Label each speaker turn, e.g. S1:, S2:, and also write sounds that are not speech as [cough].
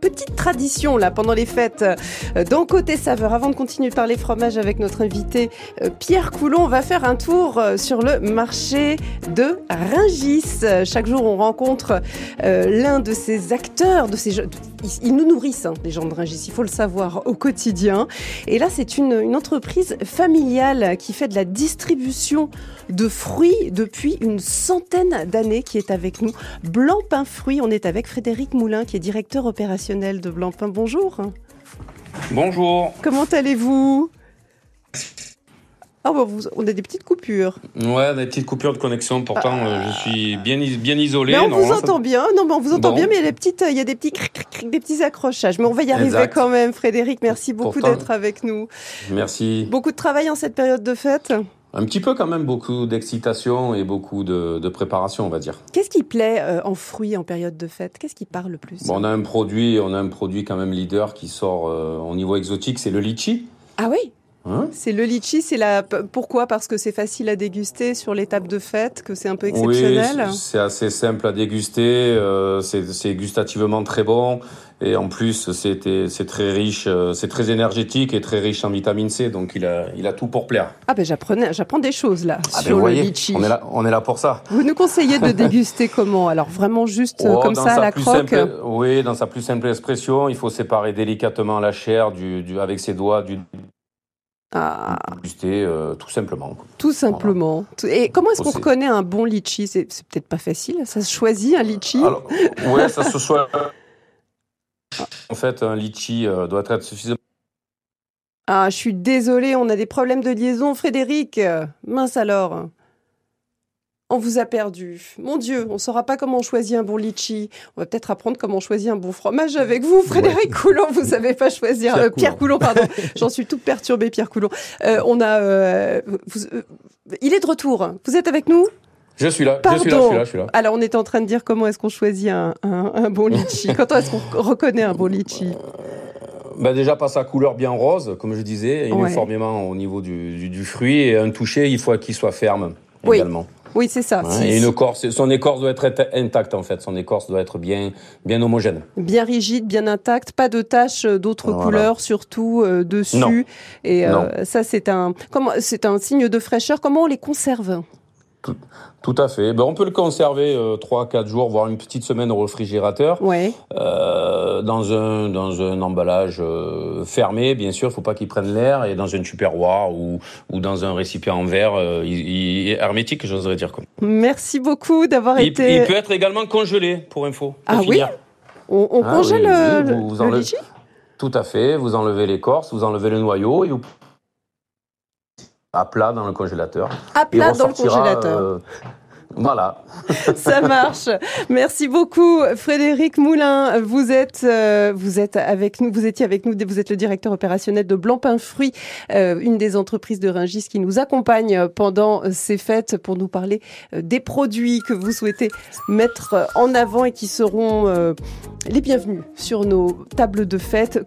S1: petite tradition là pendant les fêtes euh, dans Côté Saveur. Avant de continuer de parler fromage avec notre invité euh, Pierre Coulon, on va faire un tour euh, sur le marché de Ringis. Euh, Chaque jour, on rencontre euh, l'un de ces acteurs, de ces je- ils, ils nous nourrissent hein, les gens de Ringis. Il faut le savoir au quotidien. Et là, c'est une, une entreprise familiale qui fait de la distribution de fruits depuis une centaine d'années qui est avec nous. Blanc Pain Fruits, on est avec Frédéric Moulin qui est directeur opérationnel de Blanc Pain. Bonjour.
S2: Bonjour.
S1: Comment allez-vous ah bon, vous- on a des petites coupures.
S2: Ouais, des petites coupures de connexion. Pourtant,
S1: Ah.
S2: euh, je suis bien, is- bien isolé.
S1: Mais on vous
S2: Normalement, ça-
S1: entend bien. Non, mais on vous entend
S2: Bon.
S1: bien, mais il y a des petites, il y a des petits, cric, cric, cric, des petits accrochages. Mais on va y arriver
S2: Exact.
S1: quand même, Frédéric. Merci beaucoup
S2: Pourtant-
S1: d'être avec nous.
S2: Merci.
S1: Beaucoup de travail en cette période de fête.
S2: Un petit peu quand même, beaucoup d'excitation et beaucoup de, de préparation, on va dire.
S1: Qu'est-ce qui plaît euh, en fruits en période de fête Qu'est-ce qui part le plus
S2: Bon, on a un produit, on a un produit quand même leader qui sort euh, au niveau exotique, c'est le litchi.
S1: Ah oui,
S2: Hein
S1: c'est le litchi. C'est la. p- Pourquoi Parce que c'est facile à déguster sur les tables de fête, que c'est un peu
S2: oui,
S1: exceptionnel.
S2: c'est- c'est assez simple à déguster, euh, c'est c'est gustativement très bon et en plus c'était- c'est très riche, euh, c'est très énergétique et très riche en vitamine C, donc il a, il a tout pour plaire.
S1: Ah ben j'apprenais, j'apprends des choses là
S2: Ah ben,
S1: sur
S2: vous
S1: le
S2: voyez,
S1: litchi.
S2: on est là, on est là pour ça.
S1: Vous nous conseillez
S2: [laughs]
S1: de déguster comment Alors vraiment juste euh,
S2: Oh,
S1: comme
S2: dans
S1: ça à
S2: sa
S1: la
S2: plus
S1: croque.
S2: simple- oui, dans sa plus simple expression, il faut séparer délicatement la chair du, du- avec ses doigts du
S1: Ah,
S2: dégusté, euh, tout simplement.
S1: tout simplement. Tout- Et comment est-ce qu'on
S2: Faut-
S1: reconnaît un bon litchi C'est c'est peut-être pas facile. Ça se choisit un litchi.
S2: Alors, ouais, ça se soit. En fait, un litchi euh, doit être suffisamment.
S1: Ah, je suis désolée, on a des problèmes de liaison, Frédéric. Euh, Mince alors. On vous a perdu. Mon Dieu, on saura pas comment on choisit un bon litchi. On va peut-être apprendre comment on choisit un bon fromage avec vous, Frédéric Coulon. Vous savez pas choisir
S3: Pierre
S1: euh, Pierre Coulon, pardon. J'en suis toute perturbée, Pierre Coulon. Euh, on a. euh, vous- euh, il est de retour. Vous êtes avec nous
S2: Je suis là, je suis là, je
S1: Pardon.
S2: suis là, je suis là.
S1: Alors, on était en train de dire comment est-ce qu'on choisit un, un- un bon litchi. Quand est-ce qu'on reconnaît un bon litchi
S2: Bah, déjà, pas sa couleur bien rose, comme je disais,
S1: Ouais.
S2: uniformément au niveau du, du- du fruit et un toucher, il faut qu'il soit ferme.
S1: Oui.
S2: Également.
S1: Oui, c'est ça.
S2: Hein,
S1: Si-
S2: et une écorce, son écorce doit être int- intacte en fait, son écorce doit être bien, bien homogène.
S1: bien rigide, bien intact, pas de taches euh, d'autres
S2: Voilà.
S1: couleurs surtout euh, dessus.
S2: Non.
S1: Et euh,
S2: Non.
S1: ça, c'est un, comment, c'est un signe de fraîcheur. Comment on les conserve
S2: Tout à fait. Ben, on peut le conserver euh, 3-4 jours, voire une petite semaine au réfrigérateur,
S1: Ouais.
S2: euh, dans, un, dans un emballage euh, fermé, bien sûr, il faut pas qu'il prenne l'air, et dans un tupperware ou, ou dans un récipient en verre euh, il- il- hermétique, j'oserais dire. Quoi.
S1: Merci beaucoup d'avoir
S2: Il,
S1: été.
S2: il peut être également congelé, pour info. pour
S1: Ah oui
S2: finir.
S1: On, on
S2: Ah
S1: congèle
S2: oui, oui,
S1: euh,
S2: vous- vous
S1: le,
S2: enlevez-
S1: litchi
S2: Tout à fait, vous enlevez l'écorce, vous enlevez le noyau, et vous... à plat dans le congélateur.
S1: à
S2: Il
S1: plat dans le
S2: ressortira,
S1: congélateur.
S2: euh, voilà.
S1: [laughs] Ça marche. Merci beaucoup, Frédéric Moulin. Vous êtes, euh, vous êtes avec nous. Vous étiez avec nous. Vous êtes le directeur opérationnel de Blancpain Fruits, euh, une des entreprises de Ringis qui nous accompagne pendant ces fêtes pour nous parler euh, des produits que vous souhaitez mettre en avant et qui seront euh, les bienvenus sur nos tables de fête.